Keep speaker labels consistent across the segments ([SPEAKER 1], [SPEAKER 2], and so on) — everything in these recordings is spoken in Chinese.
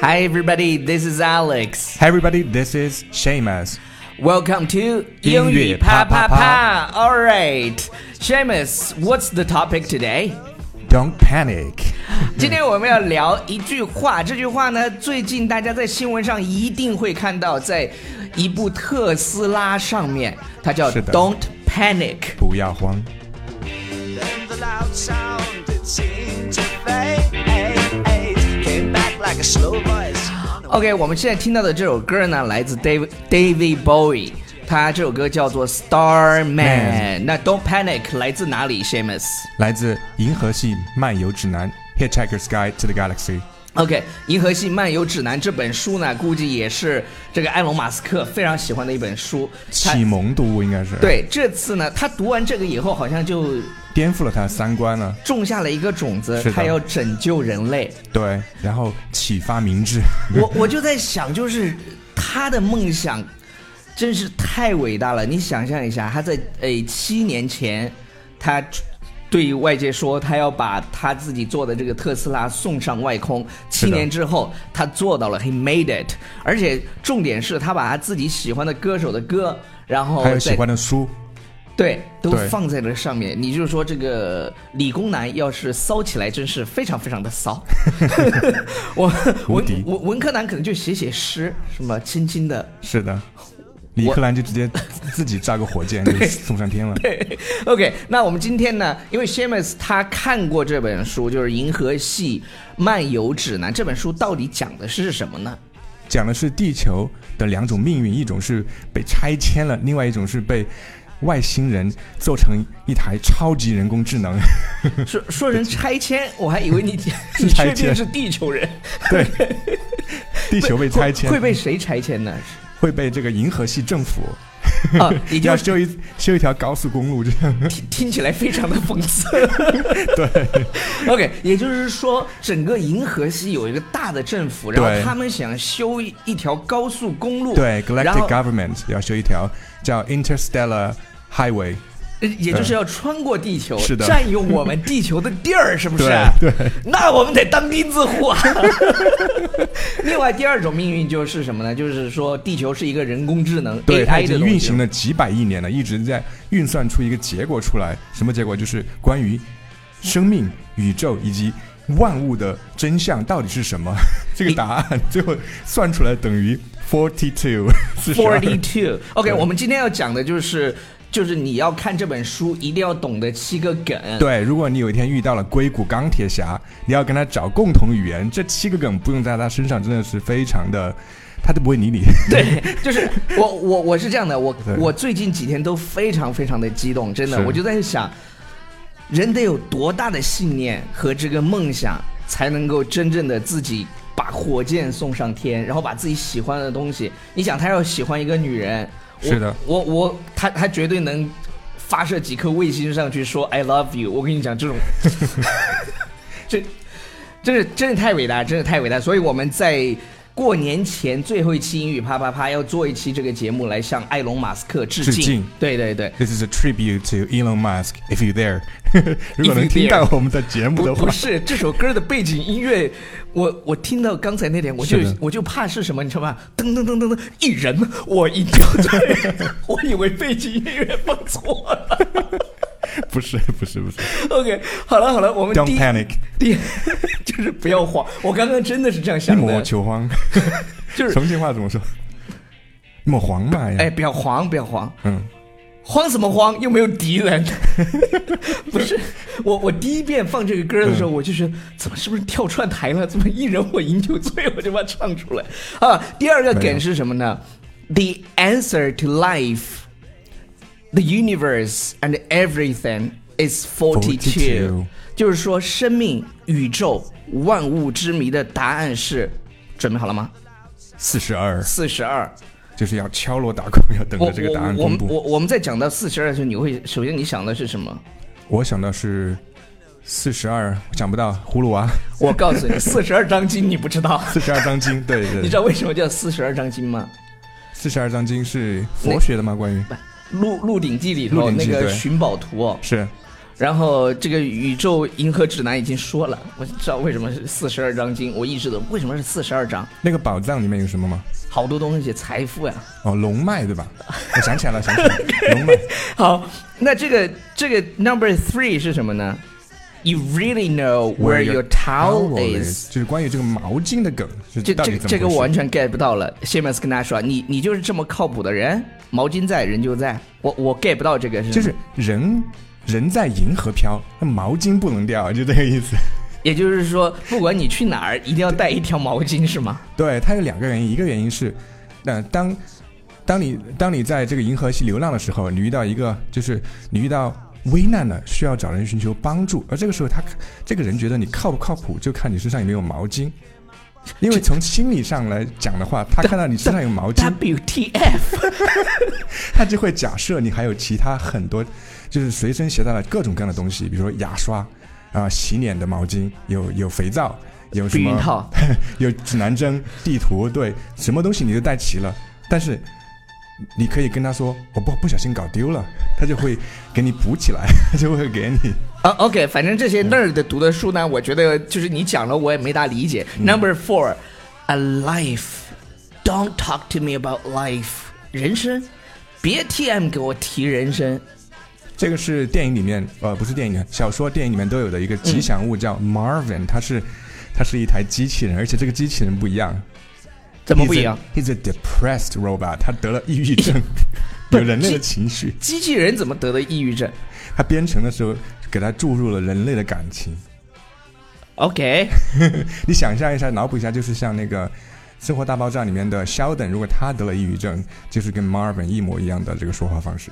[SPEAKER 1] Hi, everybody. This is Alex.
[SPEAKER 2] Hi everybody, this is Shamus.
[SPEAKER 1] Welcome to
[SPEAKER 2] 英语啪啪啪
[SPEAKER 1] All right, Shamus, what's the topic today?
[SPEAKER 2] Don't panic.
[SPEAKER 1] 今天我们要聊一句话，这句话呢，最近大家在新闻上一定会看到，在一部特斯拉上面，它叫
[SPEAKER 2] 是的
[SPEAKER 1] "Don't Panic"。
[SPEAKER 2] 不要慌。
[SPEAKER 3] Then the loud sound it seemed to fade came back like a slow voice.
[SPEAKER 1] OK，我们现在听到的这首歌呢，来自 David David Bowie，他这首歌叫做 Starman。
[SPEAKER 2] Man
[SPEAKER 1] 那 Don't Panic 来自哪里，Shamus？
[SPEAKER 2] 来自《银河系漫游指南》（Hitchhiker's Guide to the Galaxy）。
[SPEAKER 1] OK，《银河系漫游指南》这本书呢，估计也是这个埃隆·马斯克非常喜欢的一本书。他
[SPEAKER 2] 启蒙读物应该是，，
[SPEAKER 1] 对这次呢，他读完这个以后，好像就
[SPEAKER 2] 颠覆了他的三观啊了。
[SPEAKER 1] 种下了一个种子
[SPEAKER 2] 是，的
[SPEAKER 1] 他要拯救人类。
[SPEAKER 2] 对，然后启发明智。
[SPEAKER 1] 我我就在想，就是他的梦想真是太伟大了。你想象一下，他在诶七年前，他对外界说他要把他自己做的这个特斯拉送上外空。七
[SPEAKER 2] 是的
[SPEAKER 1] 年之后，他做到了，he made it。而且重点是他把他自己喜欢的歌手的歌，然后
[SPEAKER 2] 还有
[SPEAKER 1] 在
[SPEAKER 2] 喜欢的书，
[SPEAKER 1] 对都
[SPEAKER 2] 对
[SPEAKER 1] 放在了上面。你就说这个理工男要是骚起来，真是非常非常的 骚。我
[SPEAKER 2] 无
[SPEAKER 1] 文
[SPEAKER 2] 敌
[SPEAKER 1] 文文科男可能就写写诗，什么轻轻的。
[SPEAKER 2] 是的。李克兰就直接自己炸个火箭就送上天了。
[SPEAKER 1] OK，那我们今天呢，因为 Shamus 他看过这本书，就是《银河系漫游指南》这本书到底讲的是什么 呢？
[SPEAKER 2] 讲的是地球的两种命运，一种是被拆迁了，另外一种是被外星人做成一台超级人工智能。
[SPEAKER 1] 说说人拆迁，我还以为 你你确
[SPEAKER 2] 拆
[SPEAKER 1] 定
[SPEAKER 2] 迁
[SPEAKER 1] 是地球人，
[SPEAKER 2] 对，地球被拆迁
[SPEAKER 1] 会会被谁拆迁 呢？
[SPEAKER 2] 会被这个银河系政府
[SPEAKER 1] 啊，也就
[SPEAKER 2] 要
[SPEAKER 1] 是
[SPEAKER 2] 修一修一条高速公路，这样
[SPEAKER 1] 听听起来非 常的讽刺。
[SPEAKER 2] 对
[SPEAKER 1] OK，也就是说，整个银河系有一个大的政府，然后
[SPEAKER 2] 对
[SPEAKER 1] 他们想修一一条高速公路，
[SPEAKER 2] 对
[SPEAKER 1] 然后
[SPEAKER 2] ，Galactic Government 要修一条叫 Interstellar Highway，
[SPEAKER 1] 呃也就是要穿过地球，
[SPEAKER 2] 是的
[SPEAKER 1] 占用我们地球的地 儿，是不是？
[SPEAKER 2] 对对
[SPEAKER 1] 那我们得当兵自护啊。 另外，第二种命运就是什么呢？就是说，地球是一个人工智能
[SPEAKER 2] 对，它
[SPEAKER 1] AI
[SPEAKER 2] 已
[SPEAKER 1] 的
[SPEAKER 2] 经
[SPEAKER 1] 东西
[SPEAKER 2] 运行了几百亿年了，一直在运算出一个结果出来，什么结果？就是关于生命、宇宙以及。万物的真相到底是什么？这个答案最后算出来等于 forty two，
[SPEAKER 1] Forty two。OK，
[SPEAKER 2] 对
[SPEAKER 1] 我们今天要讲的就是，就是你要看这本书，一定要懂得七个梗。
[SPEAKER 2] 对，如果你有一天遇到了硅谷钢铁侠，你要跟他找共同语言，这七个梗不用在他身上，真的是非常的，他都不会理你。
[SPEAKER 1] 对，就是我我我是这样的，我
[SPEAKER 2] 对
[SPEAKER 1] 我最近几天都非常非常的激动，真的，
[SPEAKER 2] 是
[SPEAKER 1] 我就在想，人得有多大的信念和这个梦想，才能够真正的自己把火箭送上天，然后把自己喜欢的东西，你想他要喜欢一个女人，我
[SPEAKER 2] 是的，
[SPEAKER 1] 我我他他绝对能。发射几颗卫星上去说 “I love you”，我跟你讲，这种这真是真是太伟大，真是太伟大。所以我们在过年前最后一期英语啪啪啪要做一期这个节目来向埃隆·马斯克致敬。
[SPEAKER 2] 致敬
[SPEAKER 1] 对对对，
[SPEAKER 2] This is a tribute to Elon Musk. If you there，如
[SPEAKER 1] If you
[SPEAKER 2] 果能听到我们的节目
[SPEAKER 1] 不
[SPEAKER 2] 的话
[SPEAKER 1] 不，是这首歌的背景音乐，我我听到刚才那点，我就是
[SPEAKER 2] 的
[SPEAKER 1] 我就怕是什么，你知道吗？噔噔噔噔噔，一人我一条腿， 我以为背景音乐放错了。
[SPEAKER 2] 不是，不是，不是
[SPEAKER 1] OK，好了好了，我们第
[SPEAKER 2] ，Don't
[SPEAKER 1] 一
[SPEAKER 2] panic，
[SPEAKER 1] 第一就是不要慌，我刚刚真的是这样
[SPEAKER 2] 一
[SPEAKER 1] 想的，
[SPEAKER 2] 抹求荒，
[SPEAKER 1] 就是
[SPEAKER 2] 重庆话怎么说？一抹黄嘛呀，
[SPEAKER 1] 哎，不要慌，不要慌，
[SPEAKER 2] 嗯，
[SPEAKER 1] 慌什么慌？又没有敌 人。不是我，我第一遍放这个歌的
[SPEAKER 2] 嗯
[SPEAKER 1] 时候，我就觉得怎么是不是跳串台了？怎么一人我饮酒醉，我就把它唱出来啊！第二个
[SPEAKER 2] 没有
[SPEAKER 1] 梗是什么呢？The answer to life, the universe and everything is forty two
[SPEAKER 2] 42。
[SPEAKER 1] 就是说，生命、宇宙、万物之谜的答案是，准备好了吗？
[SPEAKER 2] 四十二，
[SPEAKER 1] 四十二。
[SPEAKER 2] 就是要敲锣打鼓，要等
[SPEAKER 1] 我
[SPEAKER 2] 着这个答案
[SPEAKER 1] 我我
[SPEAKER 2] 公
[SPEAKER 1] 们
[SPEAKER 2] 布。
[SPEAKER 1] 我我们在讲到四十二的时候，你会首先你想的是什么？
[SPEAKER 2] 我想到是四十二，想不到葫芦娃，
[SPEAKER 1] 我告诉你，四十二章经你不知道，
[SPEAKER 2] 四十二章经，对对，
[SPEAKER 1] 你
[SPEAKER 2] 对
[SPEAKER 1] 知道为什么叫四十二章经吗？
[SPEAKER 2] 四十二章经是佛学的吗？关于
[SPEAKER 1] 《鹿鹿鼎记》里头
[SPEAKER 2] 鹿鼎
[SPEAKER 1] 那
[SPEAKER 2] 记
[SPEAKER 1] 个
[SPEAKER 2] 对
[SPEAKER 1] 寻宝图哦，
[SPEAKER 2] 是
[SPEAKER 1] 然后这个宇宙银河指南已经说了，我知道为什么是四十二章经，我一直都为什么是四十二章，
[SPEAKER 2] 那个宝藏里面有什么吗？
[SPEAKER 1] 好多东西，财富呀、
[SPEAKER 2] 哦，龙脉对吧？我想 起来了，想起来了，龙脉。
[SPEAKER 1] 好，那这个这个 number three 是什么呢？You really know where your towel is。
[SPEAKER 2] 就是关于这个毛巾的梗，是
[SPEAKER 1] 这
[SPEAKER 2] 到
[SPEAKER 1] 这
[SPEAKER 2] 底
[SPEAKER 1] 个
[SPEAKER 2] 怎么
[SPEAKER 1] 这个
[SPEAKER 2] 回
[SPEAKER 1] 我
[SPEAKER 2] 事
[SPEAKER 1] 完全 get 不到了。Seamus 跟他说：“你你就是这么靠谱的人，毛巾在人就在。我”我 get 不到这个是，
[SPEAKER 2] 就是人人在银河飘，那毛巾不能掉，啊就这个意思。
[SPEAKER 1] 也就是说，不管你去哪儿，一定要带一条毛巾是吗？
[SPEAKER 2] 对，它有两个原因，一个原因是，那、当当你当你在这个银河系流浪的时候，你遇到一个就是你遇到危难了，需要找人寻求帮助，而这个时候他这个人觉得你靠不靠谱，就看你身上有没有毛巾。因为从心理上来讲的话，他看到你身上有毛巾，
[SPEAKER 1] WTF？
[SPEAKER 2] 他就会假设你还有其他很多，就是随身携带了各种各样的东西，比如说牙刷，啊、洗脸的毛巾，有有肥皂，有什
[SPEAKER 1] 避孕
[SPEAKER 2] 么
[SPEAKER 1] 套，
[SPEAKER 2] 有指南针、地图，对，什么东西你都带齐了。但是你可以跟他说：“我不不小心搞丢了。”他就会给你补起来， 他就会给你。
[SPEAKER 1] 啊、o k 反正这些 nerd 读的书呢，我觉得就是你讲了，我也没大理解。Number four，a life，don't talk to me about life，人生，别 TM 给我提人生。
[SPEAKER 2] 这个是电影里面，呃，不是电影，小说、电影里面都有的一个吉祥物，叫 Marvin，它是它是一台机器人，而且这个机器人不一样。
[SPEAKER 1] 怎么不一样？
[SPEAKER 2] ？He's a depressed robot，他得了抑郁 症，
[SPEAKER 1] 不
[SPEAKER 2] 有
[SPEAKER 1] 是
[SPEAKER 2] 人类
[SPEAKER 1] 这
[SPEAKER 2] 的情绪。
[SPEAKER 1] 机器人怎么得的抑郁症
[SPEAKER 2] 他编程的时候给他注入了人类的感情。
[SPEAKER 1] ？OK，
[SPEAKER 2] 你想象一下，脑补一下，就是像那个《生活大爆炸》里面的 Sheldon，如果他得了抑郁症，就是跟 Marvin 一模一样的这个说话方式。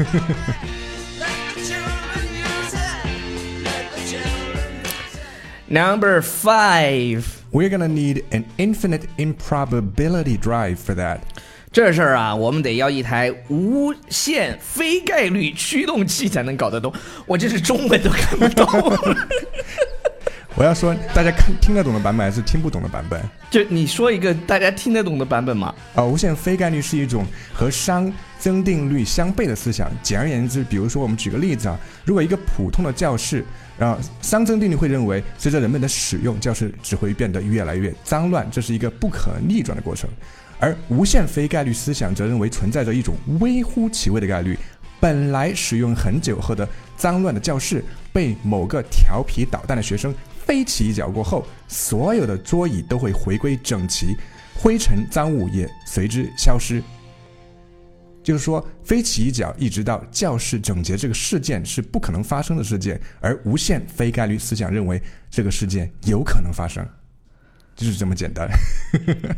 [SPEAKER 3] Let the children use it. Let the children
[SPEAKER 1] Number five，
[SPEAKER 2] We're gonna need an infinite improbability drive for that。
[SPEAKER 1] 这事儿啊，我们得要一台无限非概率驱动器才能搞得懂。我这是中文都看不 懂。
[SPEAKER 2] 我要说，大家看听得懂的版本还是听不懂的版本？
[SPEAKER 1] 就你说一个大家听得懂的版本嘛？
[SPEAKER 2] 啊，无限非概率是一种和熵增定律相悖的思想。简而言之，比如说我们举个例子啊，如果一个普通的教室，啊，熵增定律会认为，随着人们的使用，教室只会变得越来越脏乱，这是一个不可逆转的过程。而无限非概率思想则认为存在着一种微乎其微的概率，本来使用很久后的脏乱的教室，被某个调皮捣蛋的学生飞起一脚过后，所有的桌椅都会回归整齐，灰尘脏物也随之消失。就是说，飞起一脚一直到教室整洁这个事件是不可能发生的事件，而无限非概率思想认为这个事件有可能发生，就是这么简单。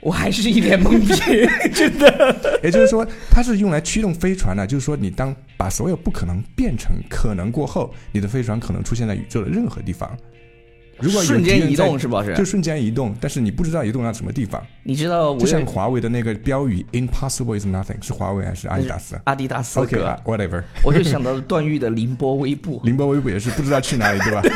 [SPEAKER 1] 我还是一脸懵逼，真的。
[SPEAKER 2] 也就是说，它是用来驱动飞船的。就是说，你当把所有不可能变成可能过后，你的飞船可能出现在宇宙的任何地方。如果有
[SPEAKER 1] 瞬间
[SPEAKER 2] 敌人
[SPEAKER 1] 移动
[SPEAKER 2] 在
[SPEAKER 1] 是不是
[SPEAKER 2] 就瞬间移动，但是你不知道移动到什么地方。
[SPEAKER 1] 你知道我
[SPEAKER 2] 就
[SPEAKER 1] 有
[SPEAKER 2] 像华为的那个标语 “Impossible is nothing” 是华为还是阿迪达斯
[SPEAKER 1] 阿迪达斯
[SPEAKER 2] ？OK
[SPEAKER 1] 哥
[SPEAKER 2] 啊，whatever。
[SPEAKER 1] 我就想到了段誉的凌波微步。
[SPEAKER 2] 凌波微步也是不知道去哪 里，对吧？这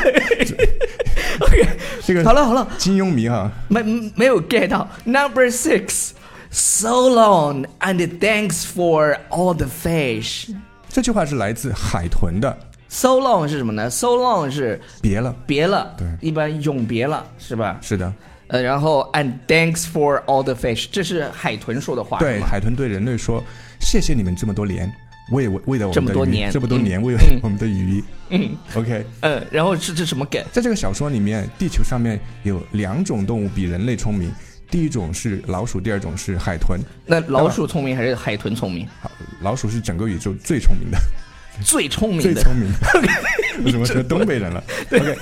[SPEAKER 1] 好
[SPEAKER 2] 个
[SPEAKER 1] 了好了，
[SPEAKER 2] 金庸迷哈，
[SPEAKER 1] 没没有 get 到 number six。So long and thanks for all the fish.
[SPEAKER 2] 这句话是来自海豚的。
[SPEAKER 1] So long 是什么呢？So long 是
[SPEAKER 2] 别了，
[SPEAKER 1] 别了，
[SPEAKER 2] 对
[SPEAKER 1] 一般永别了，是吧？
[SPEAKER 2] 是的，
[SPEAKER 1] 呃，然后 and thanks for all the fish，这是海豚说的话，
[SPEAKER 2] 对，
[SPEAKER 1] 是吗
[SPEAKER 2] 海豚对人类说：“谢谢你们这么多年，为我为了我们
[SPEAKER 1] 这么
[SPEAKER 2] 的
[SPEAKER 1] 多
[SPEAKER 2] 鱼
[SPEAKER 1] 年
[SPEAKER 2] 这么多
[SPEAKER 1] 嗯
[SPEAKER 2] 年为了我们的鱼。OK，
[SPEAKER 1] 嗯，然后是这什么梗？
[SPEAKER 2] 在这个小说里面，地球上面有两种动物比人类聪明，第一种是老鼠，第二种是海豚。
[SPEAKER 1] 那老鼠聪明还是海豚聪明？
[SPEAKER 2] 好，老鼠是整个宇宙最聪明的，
[SPEAKER 1] 最聪明
[SPEAKER 2] 最
[SPEAKER 1] 的，
[SPEAKER 2] 聪明 的。 为什么成东北人了？OK，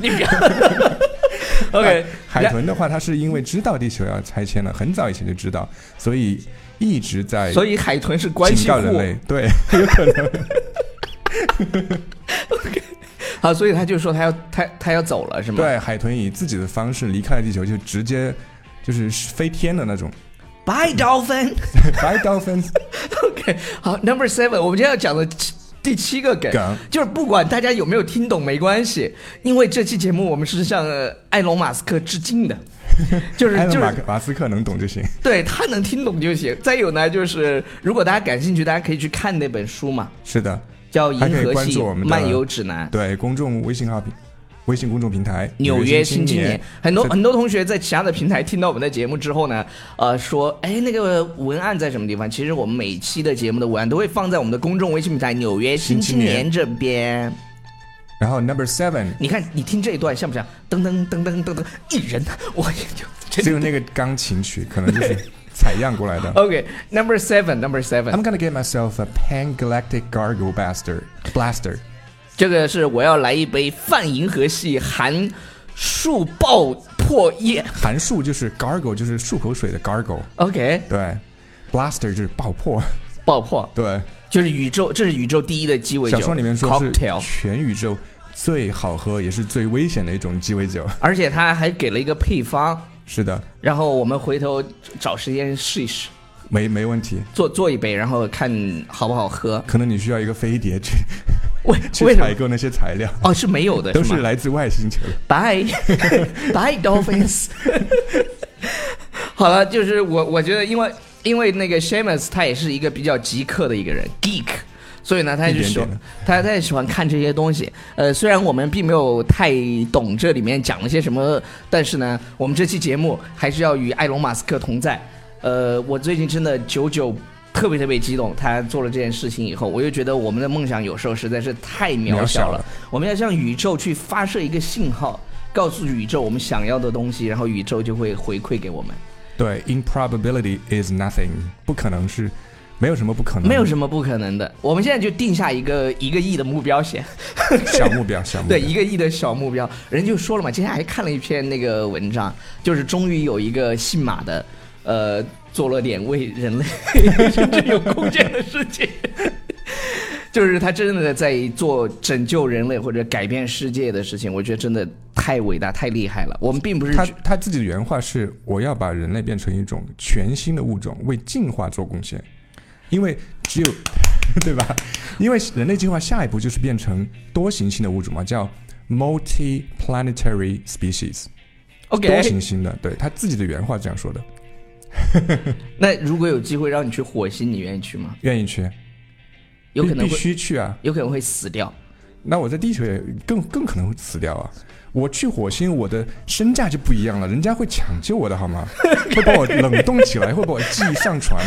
[SPEAKER 1] 你不 要。OK，
[SPEAKER 2] 海
[SPEAKER 1] 然
[SPEAKER 2] 豚的话，它是因为知道地球要拆迁了，很早以前就知道，所以一直在
[SPEAKER 1] 所以海豚是关
[SPEAKER 2] 警
[SPEAKER 1] 系
[SPEAKER 2] 告人
[SPEAKER 1] 户
[SPEAKER 2] 类， 对，有可能。
[SPEAKER 1] 啊，所以他就说他要他他要走了是吗？
[SPEAKER 2] 对，海豚以自己的方式离开了地球，就直接就是飞天的那 种。
[SPEAKER 1] ，Bye dolphin。
[SPEAKER 2] Bye dolphins。
[SPEAKER 1] OK，好，Number Seven，我们今天要讲的第七个梗，
[SPEAKER 2] 梗
[SPEAKER 1] 就是不管大家有没有听懂没关系，因为这期节目我们是向呃埃隆·马斯克致敬的， 就是
[SPEAKER 2] 埃
[SPEAKER 1] 就
[SPEAKER 2] 隆
[SPEAKER 1] 是
[SPEAKER 2] 马克马斯克能懂就行。
[SPEAKER 1] 对他能听懂就行。再有呢，就是如果大家感兴趣，大家可以去看那本书嘛，
[SPEAKER 2] 是的，
[SPEAKER 1] 叫《
[SPEAKER 2] 还可
[SPEAKER 1] 银
[SPEAKER 2] 以
[SPEAKER 1] 河
[SPEAKER 2] 关
[SPEAKER 1] 系
[SPEAKER 2] 注我们的
[SPEAKER 1] 漫游指南》。
[SPEAKER 2] 对公众微信号平，微信公众平台
[SPEAKER 1] 纽约新青
[SPEAKER 2] 青
[SPEAKER 1] 年，很多
[SPEAKER 2] 是
[SPEAKER 1] 很多同学在其他的平台听到我们的节目之后呢，呃，说，哎，那个文案在什么地方？其实我们每期的节目的文案都会放在我们的公众微信平台“纽约新青年”这边。
[SPEAKER 2] 然后 Number Seven
[SPEAKER 1] 你看，你听这一段像不像？噔噔噔噔噔噔，一人，我也就真
[SPEAKER 2] 只有那个钢琴曲，可能就是采样过来的。
[SPEAKER 1] OK，Number Seven，Number Seven，
[SPEAKER 2] I'm gonna get myself a pan galactic gargle blaster blaster。
[SPEAKER 1] 这个是我要来一杯泛银河系含数爆破液。
[SPEAKER 2] 函数就是 gargle，就是漱口水的 gargle。
[SPEAKER 1] OK，
[SPEAKER 2] 对，blaster 就是爆破。
[SPEAKER 1] 爆破
[SPEAKER 2] 对，
[SPEAKER 1] 就是宇宙，这是宇宙第一的鸡尾酒。
[SPEAKER 2] 小说里面说是
[SPEAKER 1] cocktail。
[SPEAKER 2] 全宇宙最好喝也是最危险的一种鸡尾酒。
[SPEAKER 1] 而且他还给了一个配方，
[SPEAKER 2] 是的，
[SPEAKER 1] 然后我们回头找时间试一试，
[SPEAKER 2] 没没问题。
[SPEAKER 1] 做做一杯，然后看好不好喝。
[SPEAKER 2] 可能你需要一个飞碟 去
[SPEAKER 1] 为为
[SPEAKER 2] 去
[SPEAKER 1] 什
[SPEAKER 2] 采
[SPEAKER 1] 么？
[SPEAKER 2] 购那些材料，
[SPEAKER 1] 哦，是没有的，
[SPEAKER 2] 都
[SPEAKER 1] 是
[SPEAKER 2] 是
[SPEAKER 1] 吗
[SPEAKER 2] 来自外星球的。
[SPEAKER 1] Bye Bye Dolphins 。好了，就是我我觉得，因为因为那个 Shamus 他也是一个比较极客的一个人，geek。所以呢，他就
[SPEAKER 2] 一点
[SPEAKER 1] 喜
[SPEAKER 2] 点
[SPEAKER 1] 欢
[SPEAKER 2] 的
[SPEAKER 1] 他他也喜欢看这些东西。呃，虽然我们并没有太懂这里面讲了些什么，但是呢，我们这期节目还是要与埃隆·马斯克同在。呃，我最近真的久久特别特别激动，他做了这件事情以后，我就觉得我们的梦想有时候实在是太渺
[SPEAKER 2] 渺
[SPEAKER 1] 小
[SPEAKER 2] 小
[SPEAKER 1] 了
[SPEAKER 2] 了。
[SPEAKER 1] 我们要向宇宙去发射一个信号，告诉宇宙我们想要的东西，然后宇宙就会回馈给我们。
[SPEAKER 2] 对，improbability is nothing，不可能是，没有什么不可能，
[SPEAKER 1] 没有什么不可能的。我们现在就定下一个一个亿的目标先，
[SPEAKER 2] 小目标，小目标。
[SPEAKER 1] 对，一个亿的小目标。人就说了嘛，今天还看了一篇那个文章，就是终于有一个姓马的，呃，做了点为人类 真正有贡献的事情。 就是他真的在做拯救人类或者改变世界的事情，我觉得真的太伟大、太厉害了。我们并不是
[SPEAKER 2] 他他自己的原话是：“我要把人类变成一种全新的物种，为进化做贡献。”因为只有， 对吧？因为人类进化下一步就是变成多行星的物种嘛，叫 multi-planetary species，多
[SPEAKER 1] OK。
[SPEAKER 2] 行星的。对他自己的原话这样说的，
[SPEAKER 1] 那如果有机会让你去火星，你愿意去吗？
[SPEAKER 2] 愿意去，
[SPEAKER 1] 有可能
[SPEAKER 2] 必必
[SPEAKER 1] 会，
[SPEAKER 2] 须去啊！
[SPEAKER 1] 有可能会死掉。
[SPEAKER 2] 那我在地球也更更可能会死掉啊！我去火星，我的身价就不一样了，人家会抢救我的好吗？会把我冷冻起来，会把我记忆上传。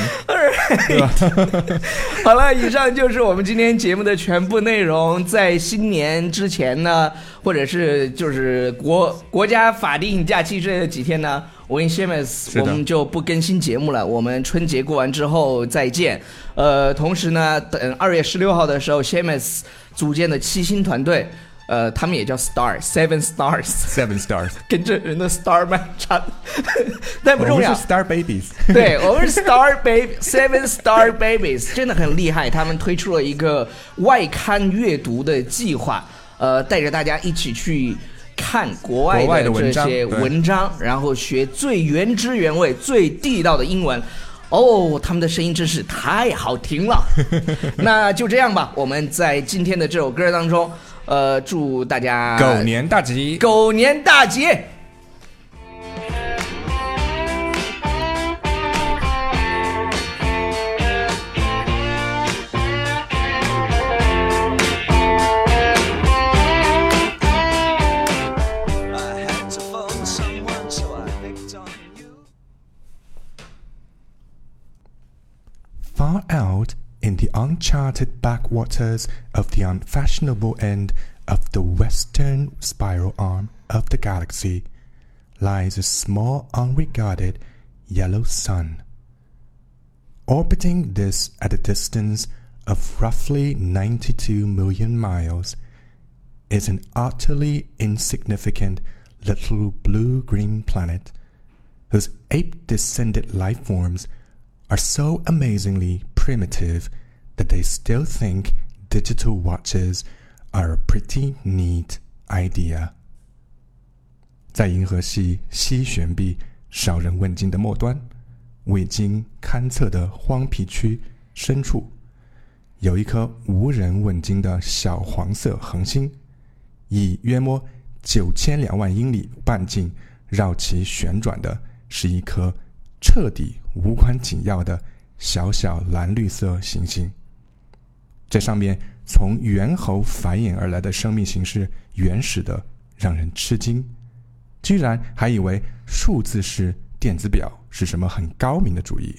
[SPEAKER 1] 好了，以上就是我们今天节目的全部内容。在新年之前呢，或者是就是国国家法定假期这几天呢，我跟 Shamus
[SPEAKER 2] 是的
[SPEAKER 1] 我们就不更新节目了。我们春节过完之后再见。呃，同时呢，等二月十六号的时候，Shamus 组建的七星团队，呃，他们也叫 Star Seven Stars，
[SPEAKER 2] Seven stars。
[SPEAKER 1] 跟这人的 Star 蛮差 的，但不重
[SPEAKER 2] 我
[SPEAKER 1] 要
[SPEAKER 2] 们是。Star Babies，
[SPEAKER 1] 对，我们是 Star Baby Seven Star Babies，真的很厉害。他们推出了一个外刊阅读的计划，呃，带着大家一起去看国外
[SPEAKER 2] 国外的
[SPEAKER 1] 这
[SPEAKER 2] 文章
[SPEAKER 1] 些
[SPEAKER 2] 对
[SPEAKER 1] 文章，然后学最原汁原味、最地道的英文。哦，他们的声音真是太好听 了。那就这样吧，我们在今天的这首歌当中，呃，祝大家
[SPEAKER 2] 狗年大吉，
[SPEAKER 1] 狗年大吉。
[SPEAKER 3] I had to phone someone, so I picked on you.
[SPEAKER 2] Far out in the uncharted backwaters of the unfashionable end of the western spiral arm of the galaxy lies a small, unregarded yellow sun. Orbiting this at a distance of roughly 92 million miles is an utterly insignificant little blue green planet whose ape descended life forms are so amazingly primitive that they still think digital watches are a pretty neat idea. 在银河系西旋臂少人问津的末端，未经勘测的荒僻区深处，有一颗无人问津的小黄色恒星，以约莫九千两万英里半径绕其旋转的是一颗彻底无关紧要的小小蓝绿色行星。这上面从猿猴繁衍而来的生命形式原始的让人吃惊，居然还以为数字是电子表是什么很高明的主意。